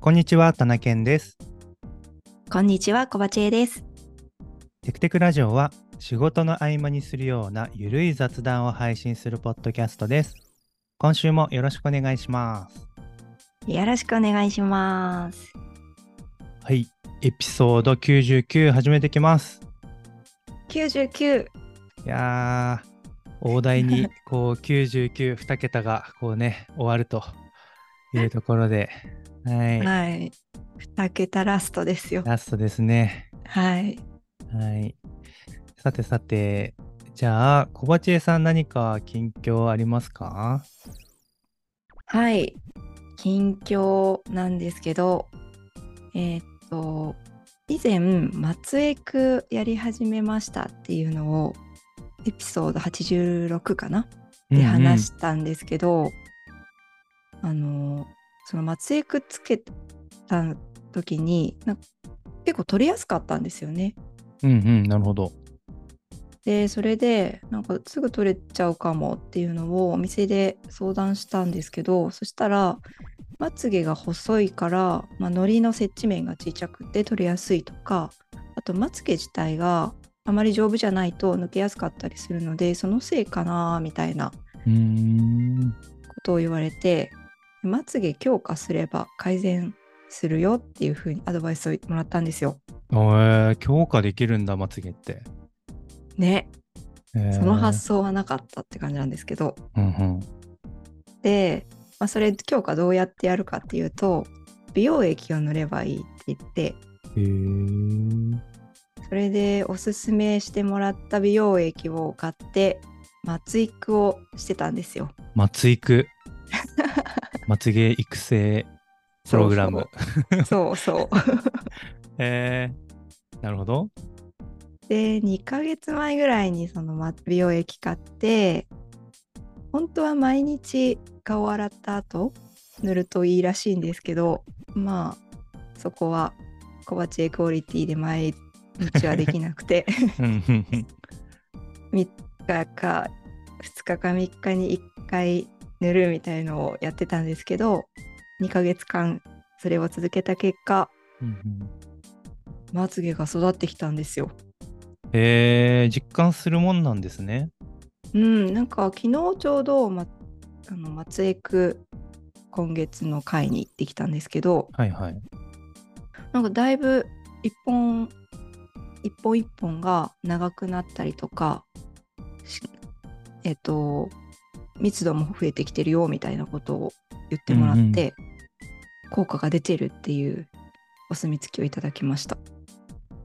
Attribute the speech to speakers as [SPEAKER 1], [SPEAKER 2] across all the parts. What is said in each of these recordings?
[SPEAKER 1] こんにちは、たなけんです。
[SPEAKER 2] こんにちは、こばちえです。
[SPEAKER 1] テクテクラジオは仕事の合間にするようなゆるい雑談を配信するポッドキャストです。今週もよろしくお願いします。
[SPEAKER 2] よろしくお願いします。
[SPEAKER 1] はい、エピソード99始めてきます。
[SPEAKER 2] 99。
[SPEAKER 1] いやー、大台 にこう99、2桁がこうね、終わるというところで、は
[SPEAKER 2] はい。二桁ラストですよ
[SPEAKER 1] い、。ラストですね。
[SPEAKER 2] はい。
[SPEAKER 1] はい。さてさて、じゃあ、小鉢江さん何か近況ありますか
[SPEAKER 2] はい。近況なんですけど、えーっと、以前、松江区やり始めましたっていうのを、エピソード86かなで話したんですけど、あのその松江くっつけた時になんか結構取りやすかったんですよね。
[SPEAKER 1] うんうん、うんうん、なるほど。
[SPEAKER 2] でそれでなんかすぐ取れちゃうかもっていうのをお店で相談したんですけどそしたらまつげが細いから、まあ、のりの接地面が小さくて取れやすいとかあとまつげ自体があまり丈夫じゃないと抜けやすかったりするのでそのせいかなみたいな
[SPEAKER 1] うーん。
[SPEAKER 2] ことを言われてまつげ強化すれば改善するよっていう風にアドバイスをもらったんですよ。
[SPEAKER 1] えー、強化できるんだ、まつげって。
[SPEAKER 2] ね
[SPEAKER 1] えー
[SPEAKER 2] その発想はなかったって感じなんですけど。
[SPEAKER 1] うんうん。
[SPEAKER 2] で、まあ、それ強化どうやってやるかっていうと美容液を塗ればいいって言って
[SPEAKER 1] えー、
[SPEAKER 2] それでおすすめしてもらった美容液を買って松井クをしてたんですよ。
[SPEAKER 1] まつ 育。まつげ育成プログラム。
[SPEAKER 2] そうそう。
[SPEAKER 1] えー、なるほど。
[SPEAKER 2] で2ヶ月前ぐらいにそのま美容液買って本当は毎日顔洗った後塗るといいらしいんですけどまあそこは小鉢エクオリティで毎日はできなくて
[SPEAKER 1] うんうんうん
[SPEAKER 2] 3日か2日か3日に1回塗るみたいのをやってたんですけど2ヶ月間それを続けた結果
[SPEAKER 1] うんうん。
[SPEAKER 2] まつげが育ってきたんですよ。
[SPEAKER 1] えー、実感するもんなんですね。
[SPEAKER 2] うん、なんか昨日ちょうど、ま、あの松江区今月の会に行ってきたんですけど
[SPEAKER 1] はいはい。
[SPEAKER 2] なんかだいぶ一本一本一本が長くなったりとかしえっと密度も増えてきてるよみたいなことを言ってもらって、効果が出てるっていうお墨付きをいただきました。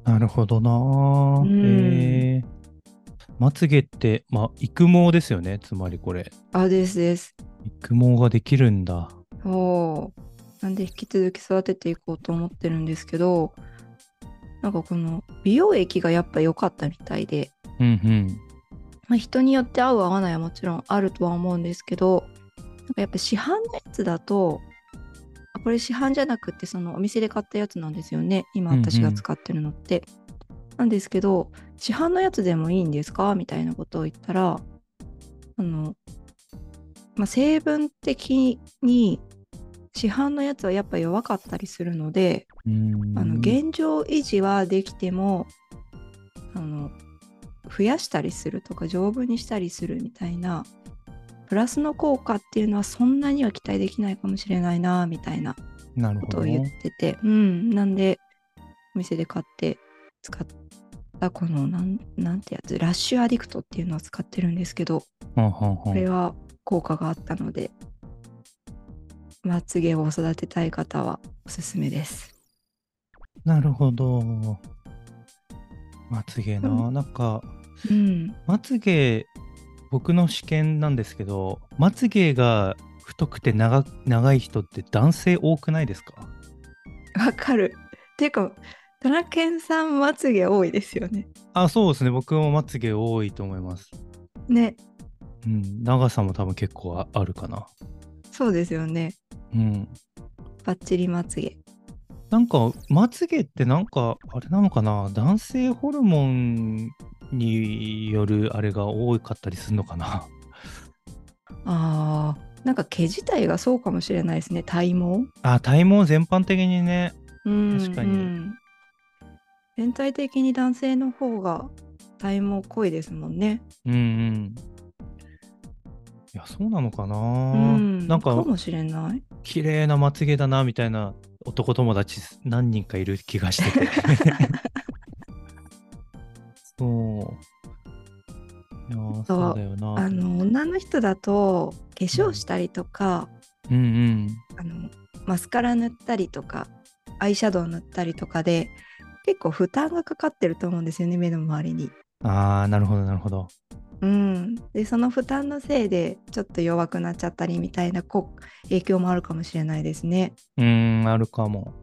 [SPEAKER 1] なるほどなあ。
[SPEAKER 2] うん
[SPEAKER 1] へえまつげって、まあ、育毛ですよね。つまりこれ。
[SPEAKER 2] あですです。
[SPEAKER 1] 育毛ができるんだ。
[SPEAKER 2] そうなんで引き続き育てていこうと思ってるんですけどなんかこの美容液がやっぱ良かったみたいで、
[SPEAKER 1] うんうん。
[SPEAKER 2] まあ、人によって合う合わないはもちろんあるとは思うんですけどなんかやっぱ市販のやつだとあこれ市販じゃなくてそのお店で買ったやつなんですよね今
[SPEAKER 1] うんうん
[SPEAKER 2] 私が使ってるのって。なんですけど市販のやつでもいいんですかみたいなことを言ったらあの、まあ、成分的に市販のやつはやっぱ弱かったりするので、
[SPEAKER 1] うん
[SPEAKER 2] あの現状維持はできてもあの増やしたりするとか丈夫にしたりするみたいなプラスの効果っていうのはそんなには期待できないかもしれないなみたいな
[SPEAKER 1] なる
[SPEAKER 2] こ
[SPEAKER 1] ほ
[SPEAKER 2] と
[SPEAKER 1] ど
[SPEAKER 2] を。言ってて、うん、なんでお店で買って使ったこのなんなんてやつラッシュアディクトっていうのを使ってるんですけど
[SPEAKER 1] はんはんは
[SPEAKER 2] こ
[SPEAKER 1] ん
[SPEAKER 2] れは効果があったのでまつげを育てたい方はおすすめです。
[SPEAKER 1] なるほど。まつげな、
[SPEAKER 2] う
[SPEAKER 1] なんか、
[SPEAKER 2] うん、
[SPEAKER 1] まつげ、僕の試験なんですけど、まつげが太くて長長い人って男性多くないですか
[SPEAKER 2] わかる。ていうか、ドラケンさんまつげ多いですよね。
[SPEAKER 1] あ、そうですね。僕もまつげ多いと思います。
[SPEAKER 2] ね、
[SPEAKER 1] うん、長さも多分結構ああるかな。
[SPEAKER 2] そうですよね。
[SPEAKER 1] うん、
[SPEAKER 2] バッチリまつげ。
[SPEAKER 1] なんかまつげってなんかあれなのかな男性ホルモンによるあれが多かったりするのかな
[SPEAKER 2] ああ、なんか毛自体がそうかもしれないですね体毛
[SPEAKER 1] あ体毛全般的にね
[SPEAKER 2] うん
[SPEAKER 1] 確かに
[SPEAKER 2] うん全体的に男性の方が体毛濃いですもんね
[SPEAKER 1] うんうんいやそうなのかな、
[SPEAKER 2] うん
[SPEAKER 1] なんか
[SPEAKER 2] もしれない
[SPEAKER 1] 綺麗なまつげだなみたいな男友達何人かいる気が しててそういやー
[SPEAKER 2] そう
[SPEAKER 1] そうだよな
[SPEAKER 2] あの女の人だと化粧したりとか、
[SPEAKER 1] うんうん
[SPEAKER 2] あのマスカラ塗ったりとかアイシャドウ塗ったりとかで結構負担がかかってると思うんですよね目の周りに。
[SPEAKER 1] ああなるほどなるほど
[SPEAKER 2] うん、でその負担のせいでちょっと弱くなっちゃったりみたいなこう影響もあるかもしれないですね。
[SPEAKER 1] うーんあるかも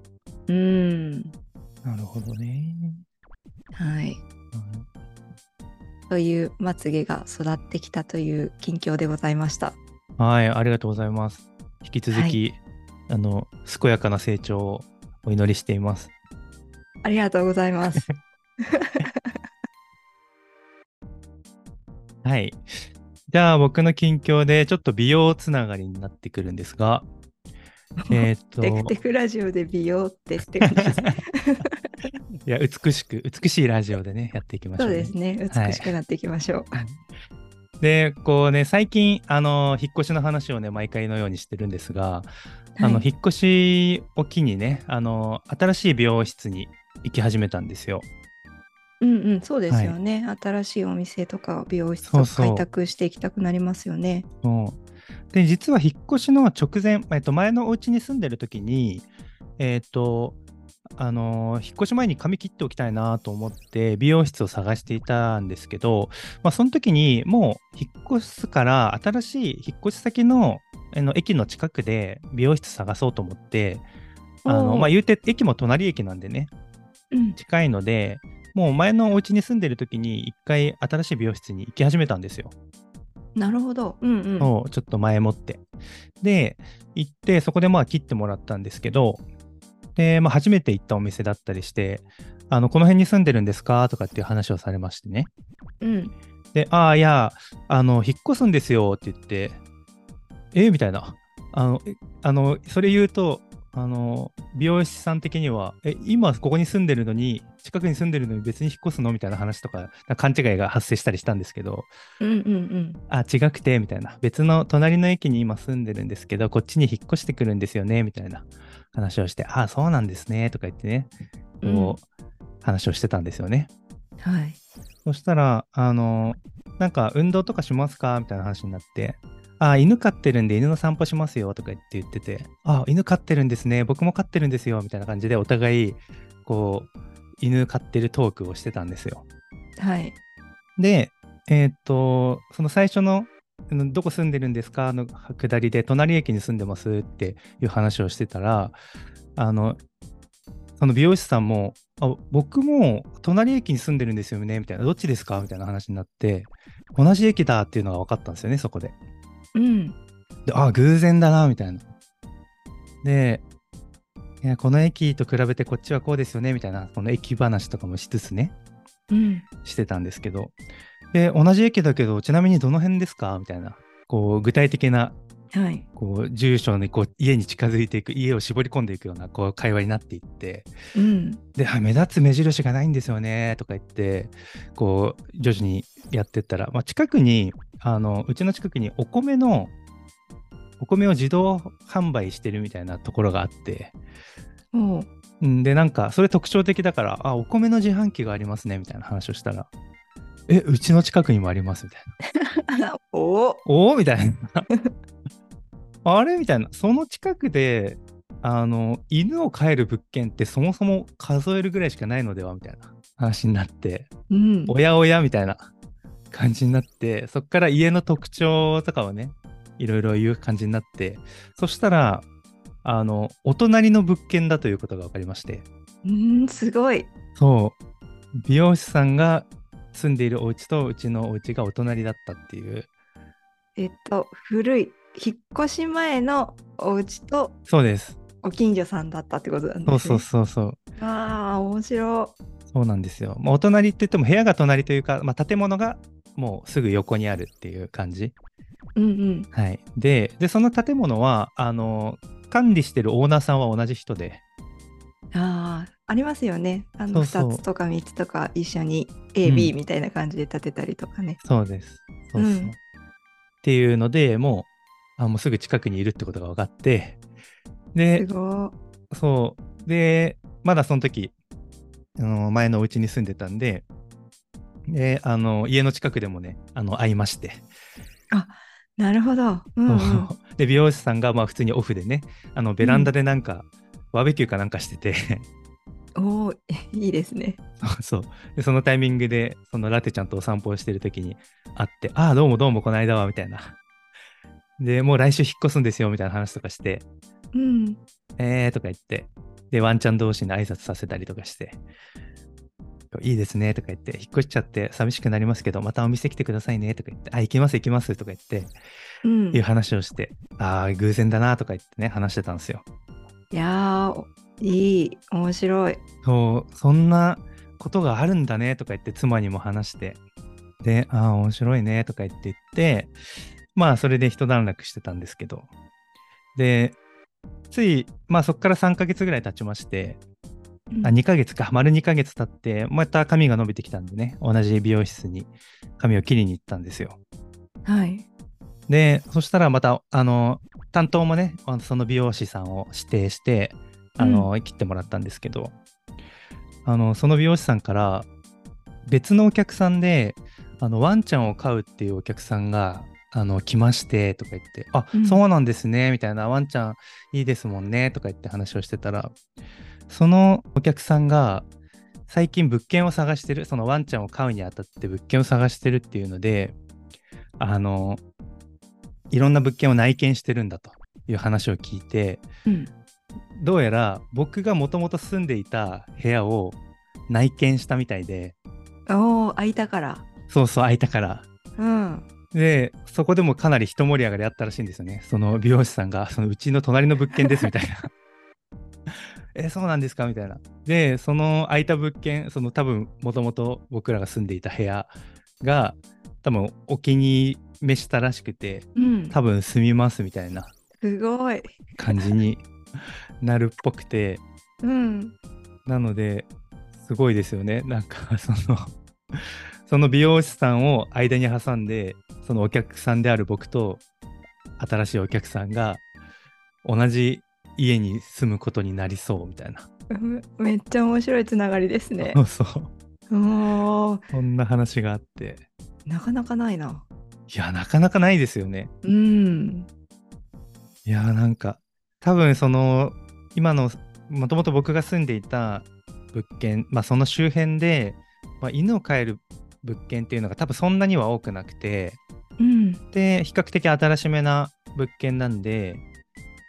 [SPEAKER 2] うん、
[SPEAKER 1] なるほどね、
[SPEAKER 2] は
[SPEAKER 1] う
[SPEAKER 2] い、
[SPEAKER 1] ん
[SPEAKER 2] というまつげが育ってきたという近況でございました。
[SPEAKER 1] はいありがとうございます引き続き、あの健やかな成長をお祈りしています
[SPEAKER 2] ありがとうございます。
[SPEAKER 1] はいじゃあ僕の近況でちょっと美容つながりになってくるんです がえーっと
[SPEAKER 2] テクテクラジオで美容ってしてくださ い
[SPEAKER 1] いや、美しく、美しいラジオでね、やっていきまし
[SPEAKER 2] そ
[SPEAKER 1] ょ
[SPEAKER 2] う
[SPEAKER 1] う、
[SPEAKER 2] ですね
[SPEAKER 1] はい
[SPEAKER 2] 美しくなっていきましょう。
[SPEAKER 1] で、こうね、最近、あの、引っ越しの話をね、毎回のようにしてるんですが、あの、
[SPEAKER 2] はい
[SPEAKER 1] 引っ越しを機にね、あの、新しい美容室に行き始めたんですよ。
[SPEAKER 2] うんうん、そうですよね、新しいお店とか美容室
[SPEAKER 1] そ
[SPEAKER 2] を
[SPEAKER 1] うそう
[SPEAKER 2] 開拓していきたくなりますよね。
[SPEAKER 1] うんで、実は引っ越しの直前、えっと、前のお家に住んでる時に、えっと、あの引っ越し前に髪切っておきたいなと思って美容室を探していたんですけど、まあ、その時にもう引っ越すから新しい引っ越し先のあの駅の近くで美容室探そうと思ってあの、
[SPEAKER 2] おー
[SPEAKER 1] まあ、言うて駅も隣駅なんでね
[SPEAKER 2] うん、
[SPEAKER 1] 近いのでもう前のお家に住んでる時に一回新しい美容室に行き始めたんですよ。
[SPEAKER 2] なるほど。うんうん。
[SPEAKER 1] をちょっと前もって。で、行って、そこでまあ切ってもらったんですけど、で、まあ初めて行ったお店だったりして、あの、この辺に住んでるんですかとかっていう話をされましてね。
[SPEAKER 2] うん、
[SPEAKER 1] で、ああ、いや、あの、引っ越すんですよって言って、えみたいな。あの、えあの、それ言うと、あの、美容師さん的には、え、今ここに住んでるのに、近くに住んでるのに別に引っ越すのみたいな話とか、なんか勘違いが発生したりしたんですけど、
[SPEAKER 2] うんうんうん。
[SPEAKER 1] あ、違くて、みたいな。別の隣の駅に今住んでるんですけど、こっちに引っ越してくるんですよね、みたいな話をして、あ、そうなんですね、とか言ってね、こう、話をしてたんですよね。
[SPEAKER 2] はい。
[SPEAKER 1] そしたら、あの、なんか運動とかしますかみたいな話になって、あ、犬飼ってるんで犬の散歩しますよ、とか言って言ってて、あ、犬飼ってるんですね、僕も飼ってるんですよ、みたいな感じで、お互い、こう、犬飼ってるトークをしてたんですよ。
[SPEAKER 2] はい。
[SPEAKER 1] で、えーっと、その最初の、あのどこ住んでるんですかの下りで、隣駅に住んでますっていう話をしてたら、あの、その美容師さんも、あ僕も隣駅に住んでるんですよね、みたいな、どっちですかみたいな話になって、同じ駅だっていうのが分かったんですよね、そこで。
[SPEAKER 2] うん。
[SPEAKER 1] で、あ、偶然だな、みたいな。で、いやこの駅と比べてこっちはこうですよね、みたいな、この駅話とかもしつつね。
[SPEAKER 2] うん。
[SPEAKER 1] してたんですけど、で、同じ駅だけど、ちなみにどの辺ですかみたいな、こう、具体的な、
[SPEAKER 2] はい。
[SPEAKER 1] こう、住所に、こう、家に近づいていく、家を絞り込んでいくような、こう、会話になっていって、
[SPEAKER 2] うん。
[SPEAKER 1] で、あ目立つ目印がないんですよね、とか言って、こう、徐々にやってったら、まあ、近くに、あの、うちの近くにお米の、お米を自動販売してるみたいなところがあって、
[SPEAKER 2] おう。
[SPEAKER 1] うんで、なんか、それ特徴的だから、あ、お米の自販機がありますね、みたいな話をしたら、え、うちの近くにもあります、みたいな。
[SPEAKER 2] お。
[SPEAKER 1] おおみたいな。 あれみたいな。その近くで、あの、犬を飼える物件ってそもそも数えるぐらいしかないのではみたいな話になって、
[SPEAKER 2] うん。
[SPEAKER 1] おやおやみたいな感じになって、そっから家の特徴とかをね、いろいろ言う感じになって、そしたら、あの、お隣の物件だということが分かりまして、
[SPEAKER 2] うん、すごい。
[SPEAKER 1] そう美容師さんが住んでいるお家とうちのお家がお隣だったっていう
[SPEAKER 2] えっと、古い引っ越し前のお家と
[SPEAKER 1] そうです
[SPEAKER 2] お近所さんだったってことなんです
[SPEAKER 1] そうそう
[SPEAKER 2] ね。
[SPEAKER 1] そうそう
[SPEAKER 2] ああ、面白
[SPEAKER 1] そうなんですよ、まあ、お隣って言っても部屋が隣というか、まあ、建物がもうすぐ横にあるっていう感じ
[SPEAKER 2] うんうん。
[SPEAKER 1] はい、ででその建物はあの管理してるオーナーさんは同じ人で
[SPEAKER 2] ああ、ありますよね。あの
[SPEAKER 1] そうそう
[SPEAKER 2] 2つとか3つとか一緒に A、
[SPEAKER 1] うん
[SPEAKER 2] B みたいな感じで建てたりとかね。
[SPEAKER 1] そうですそうそう、
[SPEAKER 2] うん
[SPEAKER 1] っていうのでもうあもうすぐ近くにいるってことが分かってです
[SPEAKER 2] ご
[SPEAKER 1] そう。で、まだその時、あの前のお家に住んでたんで、で、あの、家の近くでもね、あの、会いまして。
[SPEAKER 2] い。なるほど。うんうん。
[SPEAKER 1] で、美容師さんが、まあ、普通にオフでね、あの、ベランダでなんか、バーベキューかなんかして て、
[SPEAKER 2] おお、 いいですね。
[SPEAKER 1] そう。で、そのタイミングで、そのラテちゃんとお散歩をしてる時に会って、ああ、どうもどうも、この間は、みたいな。で、もう来週引っ越すんですよ、みたいな話とかして、
[SPEAKER 2] うん。
[SPEAKER 1] えーとか言って、で、ワンちゃん同士に挨拶させたりとかして、いいですねとか言って、引っ越しちゃって寂しくなりますけど、またお店来てくださいねとか言って、あ、行きます行きますとか言って、
[SPEAKER 2] うん。
[SPEAKER 1] いう話をして、ああ、偶然だなとか言ってね、話してたんですよ。
[SPEAKER 2] いやーおいい面白い。
[SPEAKER 1] そう、そんなことがあるんだねとか言って、妻にも話して、で、ああ、面白いねとか言って言って、まあ、それで一段落してたんですけど、で、つい、まあ、そこから3ヶ月ぐらい経ちまして、
[SPEAKER 2] うん
[SPEAKER 1] あ2ヶ月か、丸2ヶ月経って、また髪が伸びてきたんでね、同じ美容室に髪を切りに行ったんですよ。
[SPEAKER 2] はい。
[SPEAKER 1] で、そしたらまた、あの、担当もね、あのその美容師さんを指定して、あの、切ってもらったんですけど、あの、その美容師さんから、別のお客さんで、あの、ワンちゃんを飼うっていうお客さんが、あの、来まして、とか言って、あ、
[SPEAKER 2] うん
[SPEAKER 1] そうなんですね、みたいな、ワンちゃんいいですもんね、とか言って話をしてたら、そのお客さんが、最近物件を探してる、そのワンちゃんを飼うにあたって物件を探してるっていうので、あの、いろんな物件を内見してるんだという話を聞いて、
[SPEAKER 2] うん。
[SPEAKER 1] どうやら僕がもともと住んでいた部屋を内見したみたいで、
[SPEAKER 2] おお、空いたから。
[SPEAKER 1] そうそう空いたから。
[SPEAKER 2] うん。
[SPEAKER 1] で、そこでもかなり一盛り上がりあったらしいんですよね。その美容師さんが、そのうちの隣の物件ですみたいな。 え、そうなんですかみたいな。で、その空いた物件、その多分もともと僕らが住んでいた部屋が、多分お気に召したらしくて、
[SPEAKER 2] うん。
[SPEAKER 1] 多分住みますみたいな
[SPEAKER 2] すごい。
[SPEAKER 1] 感じになるっぽくて
[SPEAKER 2] うん。
[SPEAKER 1] なのですごいですよねなんかその その美容師さんを間に挟んでそのお客さんである僕と新しいお客さんが同じ家に住むことになりそうみたいな、
[SPEAKER 2] うんめっちゃ面白いつながりですね
[SPEAKER 1] そ。うそう
[SPEAKER 2] おお、
[SPEAKER 1] そんな話があって
[SPEAKER 2] なかなかないな。
[SPEAKER 1] いやなかなかないですよね
[SPEAKER 2] うん。
[SPEAKER 1] いやーなんか多分その今のもともと僕が住んでいた物件、まあ、その周辺で、まあ、犬を飼える物件っていうのが多分そんなには多くなくて
[SPEAKER 2] うん。
[SPEAKER 1] で比較的新しめな物件なんで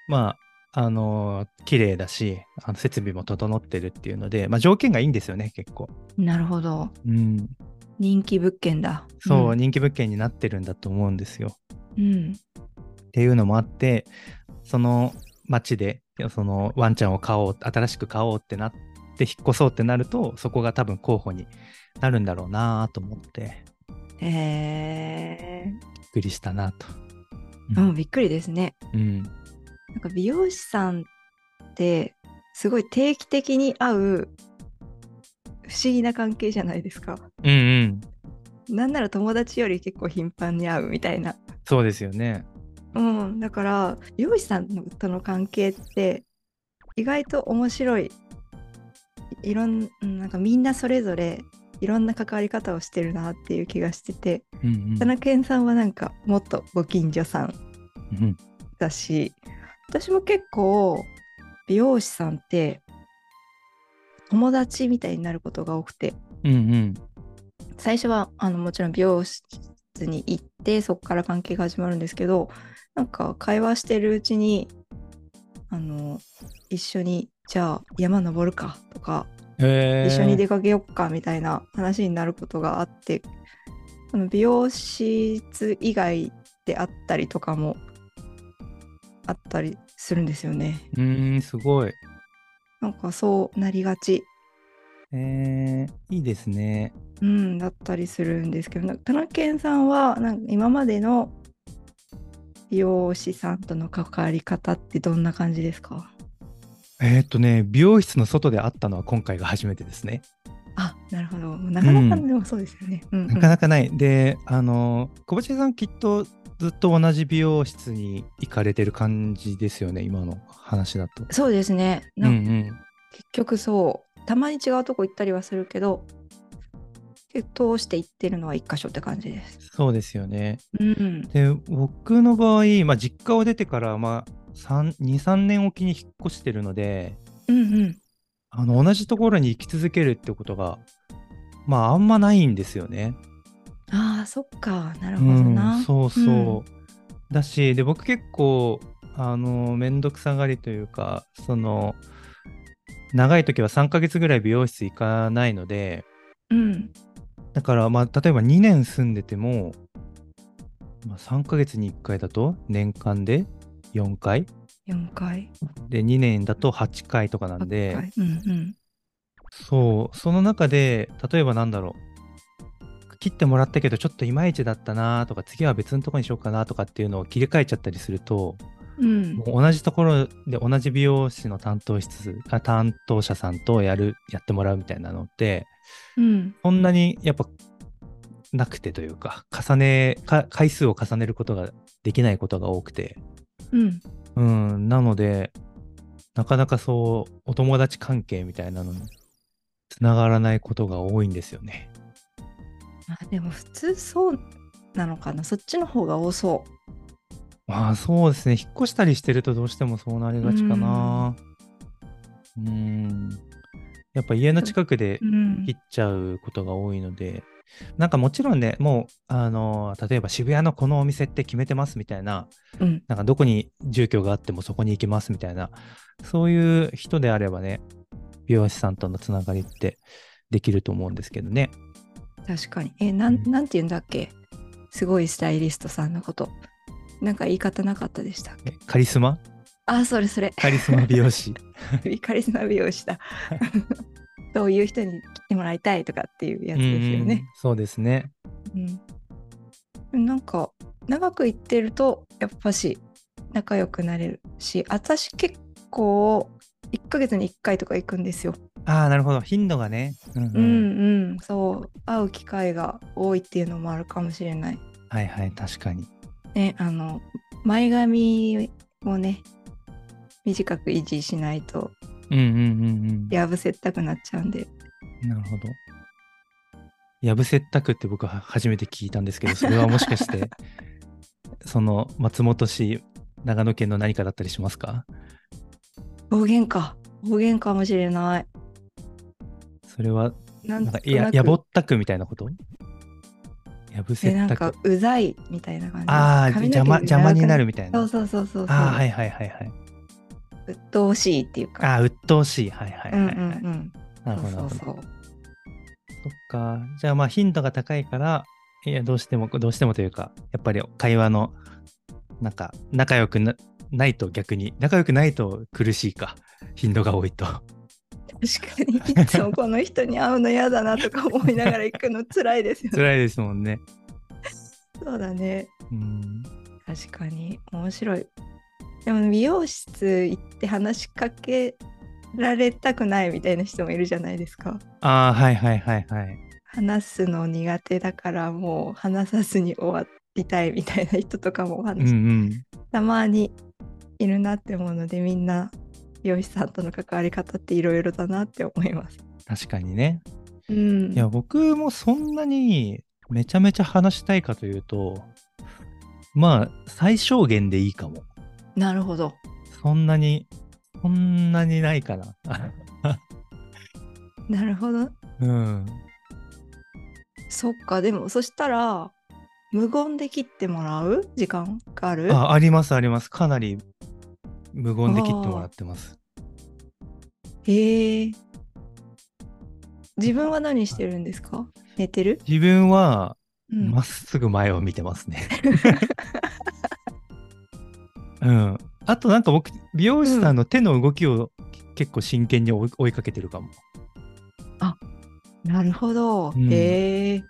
[SPEAKER 1] まああのー綺麗だしあの設備も整ってるっていうので、まあ、条件がいいんですよね結構、
[SPEAKER 2] なるほど。
[SPEAKER 1] うん、
[SPEAKER 2] 人気物件だ。
[SPEAKER 1] そう、
[SPEAKER 2] ん。
[SPEAKER 1] 人気物件になってるんだと思うんですよ
[SPEAKER 2] うん。
[SPEAKER 1] っていうのもあってその町でそのワンちゃんを買おう新しく買おうってなって引っ越そうってなるとそこが多分候補になるんだろうなと思って
[SPEAKER 2] え
[SPEAKER 1] びっくりしたなと。
[SPEAKER 2] ー、うん、びっくりですね。
[SPEAKER 1] うん、
[SPEAKER 2] なんか美容師さんってすごい定期的に会う不思議な関係じゃないですか。
[SPEAKER 1] うん、うん
[SPEAKER 2] なんなら友達より結構頻繁に会うみたいな。
[SPEAKER 1] そうですよね。
[SPEAKER 2] うん、だから美容師さんとの関係って意外と面白いいろんうんなんかみんなそれぞれいろんな関わり方をしてるなっていう気がしてて
[SPEAKER 1] うんうん
[SPEAKER 2] 田中健さんはなんかもっとご近所さん
[SPEAKER 1] うん
[SPEAKER 2] だし私も結構美容師さんって友達みたいになることが多くて
[SPEAKER 1] うんうん
[SPEAKER 2] 最初はあのもちろん美容室に行ってそこから関係が始まるんですけどなんか会話してるうちにあの一緒にじゃあ山登るかとか、
[SPEAKER 1] へー
[SPEAKER 2] 一緒に出かけよっかみたいな話になることがあってあの美容室以外であったりとかもあったりするんですよね。
[SPEAKER 1] うーんすごい。
[SPEAKER 2] なんかそうなりがち
[SPEAKER 1] えー、いいですね。
[SPEAKER 2] うん、だったりするんですけど、なんか田中健さんはなんか今までの美容師さんとの関わり方ってどんな感じですか
[SPEAKER 1] えーっとね、美容室の外で会ったのは今回が初めてですね。
[SPEAKER 2] あなるほどなかなか
[SPEAKER 1] うん
[SPEAKER 2] でもそうですよね。うんうん
[SPEAKER 1] なかなかない。で、あの、小林さんきっとずっと同じ美容室に行かれてる感じですよね、今の話だと。
[SPEAKER 2] そうですね
[SPEAKER 1] うんう
[SPEAKER 2] なん
[SPEAKER 1] ん。
[SPEAKER 2] 結局そうたまに違うとこ行ったりはするけど結構通して行ってるのは一箇所って感じです。
[SPEAKER 1] そうですよね。
[SPEAKER 2] うん、
[SPEAKER 1] で、僕の場合、まあ、実家を出てから、まあ、3 2、3年おきに引っ越してるので、
[SPEAKER 2] うん、うん
[SPEAKER 1] あの同じところに行き続けるってことが、まあ、あんまないんですよね。
[SPEAKER 2] ああそっかなる
[SPEAKER 1] う
[SPEAKER 2] ほどな。
[SPEAKER 1] ん、そうそう。
[SPEAKER 2] うん
[SPEAKER 1] だし、で、僕結構、あの、めんどくさがりというか、その、長い時は3ヶ月ぐらい美容室行かないので、
[SPEAKER 2] うん
[SPEAKER 1] だから、まあ、例えば2年住んでても、まあ、3ヶ月に1回だと、年間で4回
[SPEAKER 2] 4回
[SPEAKER 1] で、2年だと8回とかなん
[SPEAKER 2] 8
[SPEAKER 1] で、
[SPEAKER 2] 回うん
[SPEAKER 1] そう、その中で、例えばなんだろう、切ってもらったけど、ちょっといまいちだったなとか、次は別のとこにしようかなとかっていうのを切り替えちゃったりすると、
[SPEAKER 2] うんうん
[SPEAKER 1] もう同じところで同じ美容師の担当室あ担当者さんとやるやってもらうみたいなのって
[SPEAKER 2] うん
[SPEAKER 1] そんなにやっぱなくてというか重ねか回数を重ねることができないことが多くて
[SPEAKER 2] うん
[SPEAKER 1] うんなのでなかなかそうお友達関係みたいなのにつながらないことが多いんですよね。
[SPEAKER 2] あでも普通そうなのかなそっちの方が多そ
[SPEAKER 1] まあそうですね引っ越したりしてるとどうしてもそうなりがちかな。うんやっぱ家の近くで
[SPEAKER 2] う、うん
[SPEAKER 1] 切っちゃうことが多いので、なんかもちろんね、もう、あの、例えば渋谷のこのお店って決めてますみたいな、
[SPEAKER 2] うん
[SPEAKER 1] なんかどこに住居があってもそこに行きますみたいな、そういう人であればね、美容師さんとのつながりってできると思うんですけどね。
[SPEAKER 2] 確かにえな
[SPEAKER 1] うんん
[SPEAKER 2] なんて言うんだっけすごいスタイリストさんのことなんか言い方なかったでしたっ
[SPEAKER 1] え
[SPEAKER 2] け
[SPEAKER 1] カリスマ
[SPEAKER 2] あそれそれ
[SPEAKER 1] カリ スマ美容師。
[SPEAKER 2] カリスマ美容師 だそういう人に来てもらいたいとかっていうやつですよ
[SPEAKER 1] うんうん
[SPEAKER 2] ね、
[SPEAKER 1] そうですね。
[SPEAKER 2] うんなんか長く行ってるとやっぱし仲良くなれるし私結構1ヶ月に1回とか行くんですよ
[SPEAKER 1] ああ、なるほど。頻度がね。うんうん
[SPEAKER 2] うんうん、そう会う機会が多いっていうのもあるかもしれない。
[SPEAKER 1] はいはい、確かに。
[SPEAKER 2] ね、あの前髪をね短く維持しないと
[SPEAKER 1] うんうんうん
[SPEAKER 2] やぶせったくなっちゃうんで
[SPEAKER 1] うん。なるほど。やぶせったくって僕は初めて聞いたんですけど、それはもしか して、その松本市、長野県の何かだったりしますか
[SPEAKER 2] 方言か方言かもしれない。
[SPEAKER 1] それは、
[SPEAKER 2] な
[SPEAKER 1] なんん
[SPEAKER 2] と
[SPEAKER 1] か
[SPEAKER 2] なく
[SPEAKER 1] や、やぼったくみたいなことやぶせ
[SPEAKER 2] えな
[SPEAKER 1] っ
[SPEAKER 2] ん
[SPEAKER 1] た
[SPEAKER 2] か
[SPEAKER 1] く。
[SPEAKER 2] うざいみたいな感じ
[SPEAKER 1] ああ、
[SPEAKER 2] 髪の毛
[SPEAKER 1] 邪魔、邪魔になるみたいな。
[SPEAKER 2] そうそうそうそうそう
[SPEAKER 1] ああ、はいはいはいはい。
[SPEAKER 2] 鬱陶しいっていうか
[SPEAKER 1] ああ、鬱陶しい。はいはいは
[SPEAKER 2] う
[SPEAKER 1] い
[SPEAKER 2] ん
[SPEAKER 1] は
[SPEAKER 2] う
[SPEAKER 1] い。
[SPEAKER 2] んうん
[SPEAKER 1] なるほど。な
[SPEAKER 2] そ
[SPEAKER 1] る
[SPEAKER 2] う
[SPEAKER 1] ほど
[SPEAKER 2] そうそう
[SPEAKER 1] そっか。じゃあまあ頻度が高いから、いや、どうしても、どうしてもというか、やっぱり会話の、なんか、仲良くなないと逆に、仲良くないと苦しいか、頻度が多いと。
[SPEAKER 2] 確かにいつもこの人に会うの嫌だなとか思いながら行くの辛いですよね
[SPEAKER 1] 辛いですもんね。
[SPEAKER 2] そうだね
[SPEAKER 1] うん。
[SPEAKER 2] 確かに面白いでも美容室行って話しかけられたくないみたいな人もいるじゃないですか
[SPEAKER 1] ああ、はいはいはいはい。
[SPEAKER 2] 話すの苦手だからもう話さずに終わりたいみたいな人とかもお
[SPEAKER 1] うんう
[SPEAKER 2] 話、
[SPEAKER 1] ん。
[SPEAKER 2] たまにいるなって思うのでみんな美容師さんとの関わり方っていろいろだなって思います
[SPEAKER 1] 確かにね。
[SPEAKER 2] うん
[SPEAKER 1] いや、僕もそんなにめちゃめちゃ話したいかというと、まあ、最小限でいいかも。
[SPEAKER 2] なるほど
[SPEAKER 1] そんなに、そんなにないかな。
[SPEAKER 2] なるほど
[SPEAKER 1] うん。
[SPEAKER 2] そっかでもそしたら無言で切ってもらう時間がある
[SPEAKER 1] あありますありますかなり無言で切ってもらってます
[SPEAKER 2] へえ。自分は何してるんですか寝てる、
[SPEAKER 1] 自分は
[SPEAKER 2] うん
[SPEAKER 1] まっすぐ前を見てます ねうんあとなんか僕美容師さんの手の動きを結構真剣に追い追いかけてるかも
[SPEAKER 2] なるほど。
[SPEAKER 1] うん
[SPEAKER 2] へえ。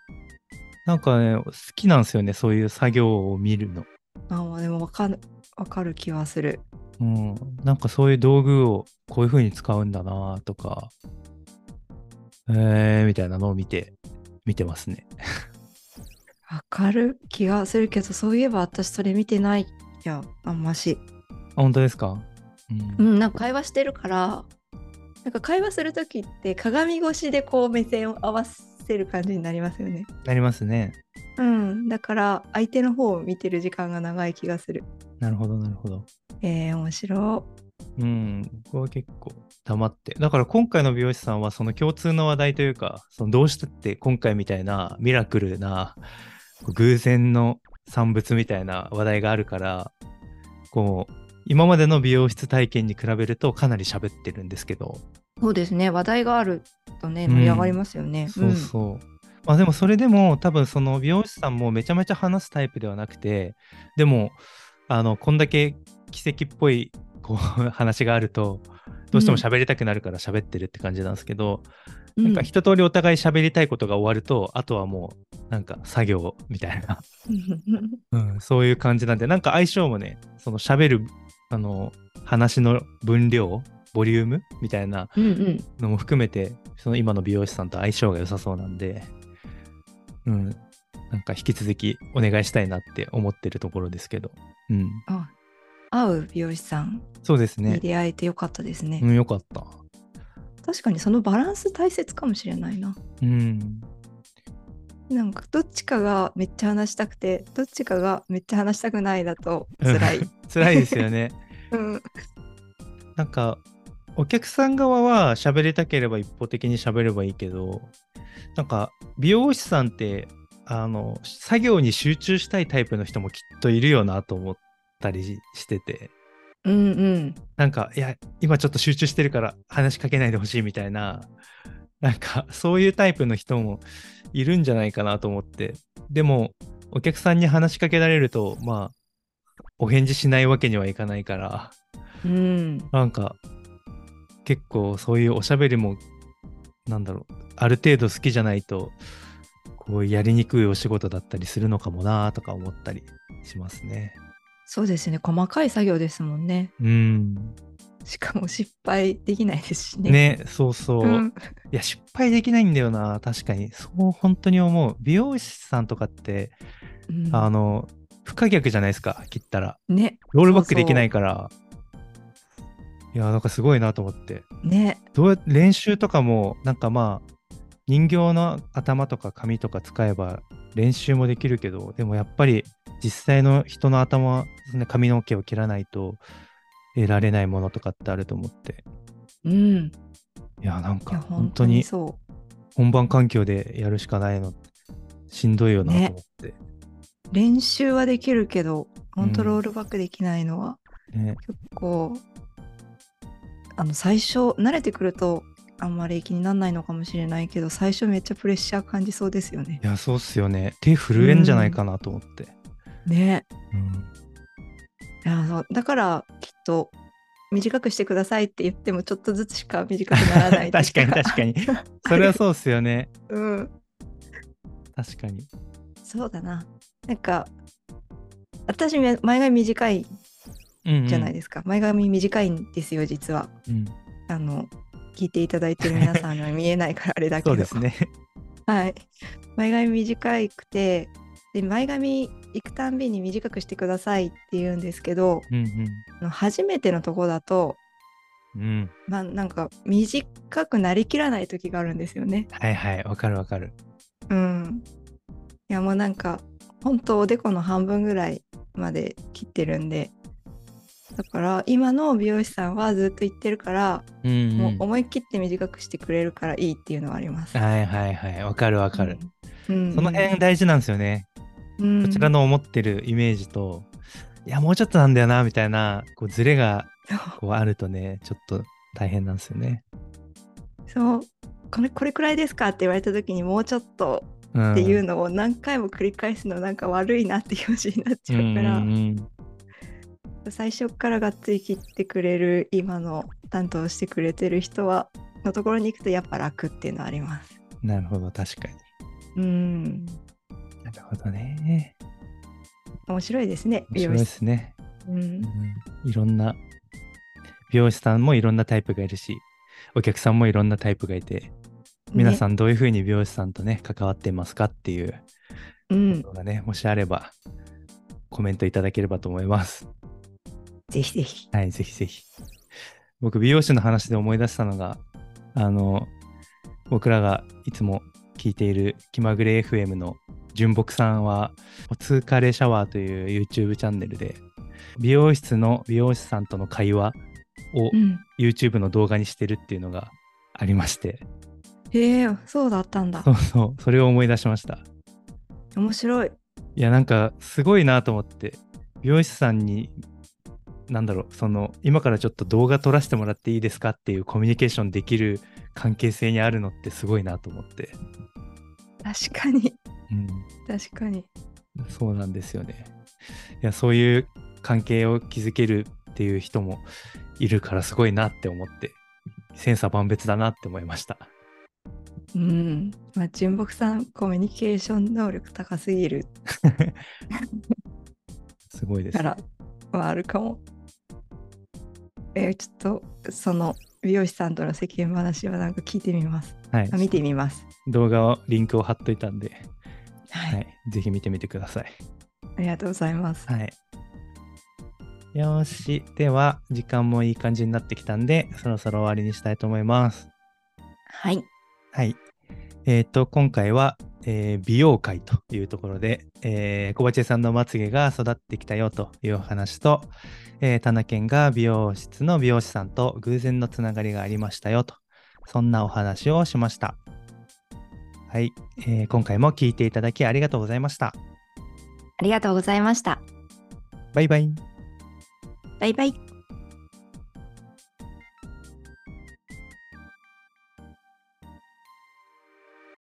[SPEAKER 1] なんかね好きなんですよねそういう作業を見るの
[SPEAKER 2] あでもわかるわかる気はする。
[SPEAKER 1] うん、なんかそういう道具をこういう風に使うんだなとか、えー、みたいなのを見て、見てますね。
[SPEAKER 2] わかる気がするけどそういえば私それ見てないやあんまし。
[SPEAKER 1] あ、本当ですか、
[SPEAKER 2] う
[SPEAKER 1] うん、
[SPEAKER 2] んなんか会話してるからなんか会話する時って鏡越しでこう目線を合わせる感じになりますよね。
[SPEAKER 1] なりますね。
[SPEAKER 2] うんだから相手の方を見てる時間が長い気がする。
[SPEAKER 1] なるほど、なるほど。
[SPEAKER 2] えー、面白
[SPEAKER 1] うん、ここは結構溜まって。だから今回の美容師さんはその共通の話題というか、そのどうしてって今回みたいなミラクルなこう偶然の産物みたいな話題があるから、こう、今までの美容室体験に比べるとかなり喋ってるんですけど、
[SPEAKER 2] そうですね話題があるとね
[SPEAKER 1] うん
[SPEAKER 2] 盛り上がりますよね。
[SPEAKER 1] そうそう。まあでもそれでも多分その美容師さんもめちゃめちゃ話すタイプではなくてでもあのこんだけ奇跡っぽいこう話があるとどうしても喋りたくなるから喋ってるって感じなんですけど、
[SPEAKER 2] うん
[SPEAKER 1] なんか一通りお互い喋りたいことが終わるとあとはもうなんか作業みたいな、うん、そういう感じなんでなんか相性もねその喋るあの話の分量ボリュームみたいな
[SPEAKER 2] うんうん
[SPEAKER 1] のも含めてその今の美容師さんと相性が良さそうなんでうんなんか引き続きお願いしたいなって思ってるところですけどうん
[SPEAKER 2] あ会う美容師さん
[SPEAKER 1] そうです
[SPEAKER 2] に
[SPEAKER 1] ね
[SPEAKER 2] 出会えてよかったですね。
[SPEAKER 1] うんよかった
[SPEAKER 2] 確かにそのバランス大切かもしれないな。
[SPEAKER 1] うん
[SPEAKER 2] なんかどっちかがめっちゃ話したくてどっちかがめっちゃ話したくないだと辛 い。
[SPEAKER 1] 辛いですよね
[SPEAKER 2] うん
[SPEAKER 1] なんかお客さん側は喋りたければ一方的に喋ればいいけどなんか美容師さんってあの作業に集中したいタイプの人もきっといるよなと思ったりししてて
[SPEAKER 2] うんうん
[SPEAKER 1] なんか、いや、今ちょっと集中してるから話しかけないでほしいみたいな、なんか、そういうタイプの人もいるんじゃないかなと思って。でも、お客さんに話しかけられると、まあ、お返事しないわけにはいかないから、
[SPEAKER 2] うん
[SPEAKER 1] なんか、結構そういうおしゃべりも、なんだろう、ある程度好きじゃないと、こう、やりにくいお仕事だったりするのかもなとか思ったりしますね。
[SPEAKER 2] そうですね細かい作業ですもんね。
[SPEAKER 1] うん。
[SPEAKER 2] しかも失敗できないですしね。
[SPEAKER 1] ね、そうそう。
[SPEAKER 2] うん
[SPEAKER 1] いや、失敗できないんだよな。確かに。そう、本当に思う。美容師さんとかって、
[SPEAKER 2] うん
[SPEAKER 1] あの、不可逆じゃないですか、切ったら。
[SPEAKER 2] ね
[SPEAKER 1] ロールバックできないから。いや、なんかすごいなと思って。
[SPEAKER 2] ね
[SPEAKER 1] どうや練習とかも、なんかまあ、人形の頭とか髪とか使えば練習もできるけど、でもやっぱり実際の人の頭、そんな髪の毛を切らないと得られないものとかってあると思って。
[SPEAKER 2] うん
[SPEAKER 1] いや、なん
[SPEAKER 2] い
[SPEAKER 1] か
[SPEAKER 2] や
[SPEAKER 1] 本
[SPEAKER 2] 本
[SPEAKER 1] 当
[SPEAKER 2] 当
[SPEAKER 1] に
[SPEAKER 2] にそう
[SPEAKER 1] 本番環境でやるしかないのしんどいよなと
[SPEAKER 2] ね
[SPEAKER 1] 思って、
[SPEAKER 2] 練習はできるけど本
[SPEAKER 1] う
[SPEAKER 2] 当
[SPEAKER 1] ん
[SPEAKER 2] ロールバックできないのは
[SPEAKER 1] ね
[SPEAKER 2] 結構あの最初慣れてくるとあんまり気にならないのかもしれないけど最初めっちゃプレッシャー感じそうですよね。
[SPEAKER 1] いやそうっすよね手震えんじゃないかなと思って、
[SPEAKER 2] ね
[SPEAKER 1] うん
[SPEAKER 2] いやそうだからきっと短くしてくださいって言ってもちょっとずつしか短くならな い
[SPEAKER 1] 確かに確 かにそれはそうっすよね
[SPEAKER 2] に、うん、
[SPEAKER 1] 確かに
[SPEAKER 2] そうだななんか私め前髪短いじゃない
[SPEAKER 1] で
[SPEAKER 2] ですか、前髪短いんですよ実は
[SPEAKER 1] すか、うん
[SPEAKER 2] あの聞いていただいてる皆さんが見えないからあれだけど
[SPEAKER 1] そうですね
[SPEAKER 2] はい、前髪短いくてで前髪行くたんびに短くしてくださいって言うんですけど
[SPEAKER 1] うん
[SPEAKER 2] あの初めてのとこだと、
[SPEAKER 1] うんうん
[SPEAKER 2] まあ、なんか短くなりきらない時があるんですよね。
[SPEAKER 1] はいはいわかるわかる
[SPEAKER 2] うん、いやもうなんか本当おでこの半分ぐらいまで切ってるんでだから今の美容師さんはずっと言ってるから、
[SPEAKER 1] うん、
[SPEAKER 2] もう
[SPEAKER 1] うん、
[SPEAKER 2] 思い切って短くしてくれるからいいっていうのはあります。
[SPEAKER 1] はいはいはいわかるわかる、
[SPEAKER 2] うん、うん
[SPEAKER 1] その辺大事なんですよね、
[SPEAKER 2] うん
[SPEAKER 1] こちらの思ってるイメージといやもうちょっとなんだよなみたいなこうズレがこうあるとねちょっと大変なんですよね、
[SPEAKER 2] そうこれこれくらいですかって言われた時にもうちょっと
[SPEAKER 1] うん、
[SPEAKER 2] っていうのを何回も繰り返すのなんか悪いなって気持ちになっちゃうから、
[SPEAKER 1] うんうん
[SPEAKER 2] 最初からがっつり切ってくれる今の担当してくれてる人はのところに行くとやっぱ楽っていうのはあります。
[SPEAKER 1] うんなるほど確かに
[SPEAKER 2] うん
[SPEAKER 1] なるほどね
[SPEAKER 2] 面白いですね、
[SPEAKER 1] 面
[SPEAKER 2] 美
[SPEAKER 1] 白
[SPEAKER 2] 容
[SPEAKER 1] いで
[SPEAKER 2] 室。
[SPEAKER 1] すね。
[SPEAKER 2] う
[SPEAKER 1] うんんいろんな、美容師さんもいろんなタイプがいるし、お客さんもいろんなタイプがいて、皆さんどういうふうに美容師さんとね、関わってますかっていう
[SPEAKER 2] ねうん、
[SPEAKER 1] のがね、もしあれば、コメントいただければと思います。
[SPEAKER 2] ぜひぜひ。
[SPEAKER 1] はい、ぜひぜひ。僕、美容師の話で思い出したのが、あの、僕らがいつも聞いている気まぐれ FM の純木さんは、通カレーシャワーという YouTube チャンネルで、美容室の美容師さんとの会話を
[SPEAKER 2] うん、
[SPEAKER 1] YouTube の動画にしてるっていうのがありまして、
[SPEAKER 2] へえ、そうだったんだ
[SPEAKER 1] そ。うそう、それを思い出しました。
[SPEAKER 2] 面白い。
[SPEAKER 1] いやなんかすごいなと思って美容師さんになんだろうその今からちょっと動画撮らせてもらっていいですかっていうコミュニケーションできる関係性にあるのってすごいなと思って、
[SPEAKER 2] 確かに、
[SPEAKER 1] うん、
[SPEAKER 2] 確かに。
[SPEAKER 1] そうなんですよねいやそういう関係を築けるっていう人もいるからすごいなって思って千差万別だなって思いました
[SPEAKER 2] うん、まあ、純木さん、コミュニケーション能力高すぎる
[SPEAKER 1] すごいです
[SPEAKER 2] からはあるかも。えーちょっとその美容師さんとの世間話はなんか聞いてみます。
[SPEAKER 1] はい
[SPEAKER 2] あ見てみます。
[SPEAKER 1] 動画をリンクを貼っといたんで、
[SPEAKER 2] はい、
[SPEAKER 1] はい、ぜひ見てみてください
[SPEAKER 2] ありがとうございます。
[SPEAKER 1] はい。よーし。では、時間もいい感じになってきたんで、そろそろ終わりにしたいと思います。
[SPEAKER 2] はい、
[SPEAKER 1] はい。えっ、と、今回は、えー美容界というところで、えー、小鉢さんのまつげが育ってきたよというお話と、えー、田中健が美容室の美容師さんと偶然のつながりがありましたよと、そんなお話をしました。はい、えー今回も聞いていただきありがとうございました。
[SPEAKER 2] ありがとうございました。
[SPEAKER 1] バイバイ。
[SPEAKER 2] バイバイ。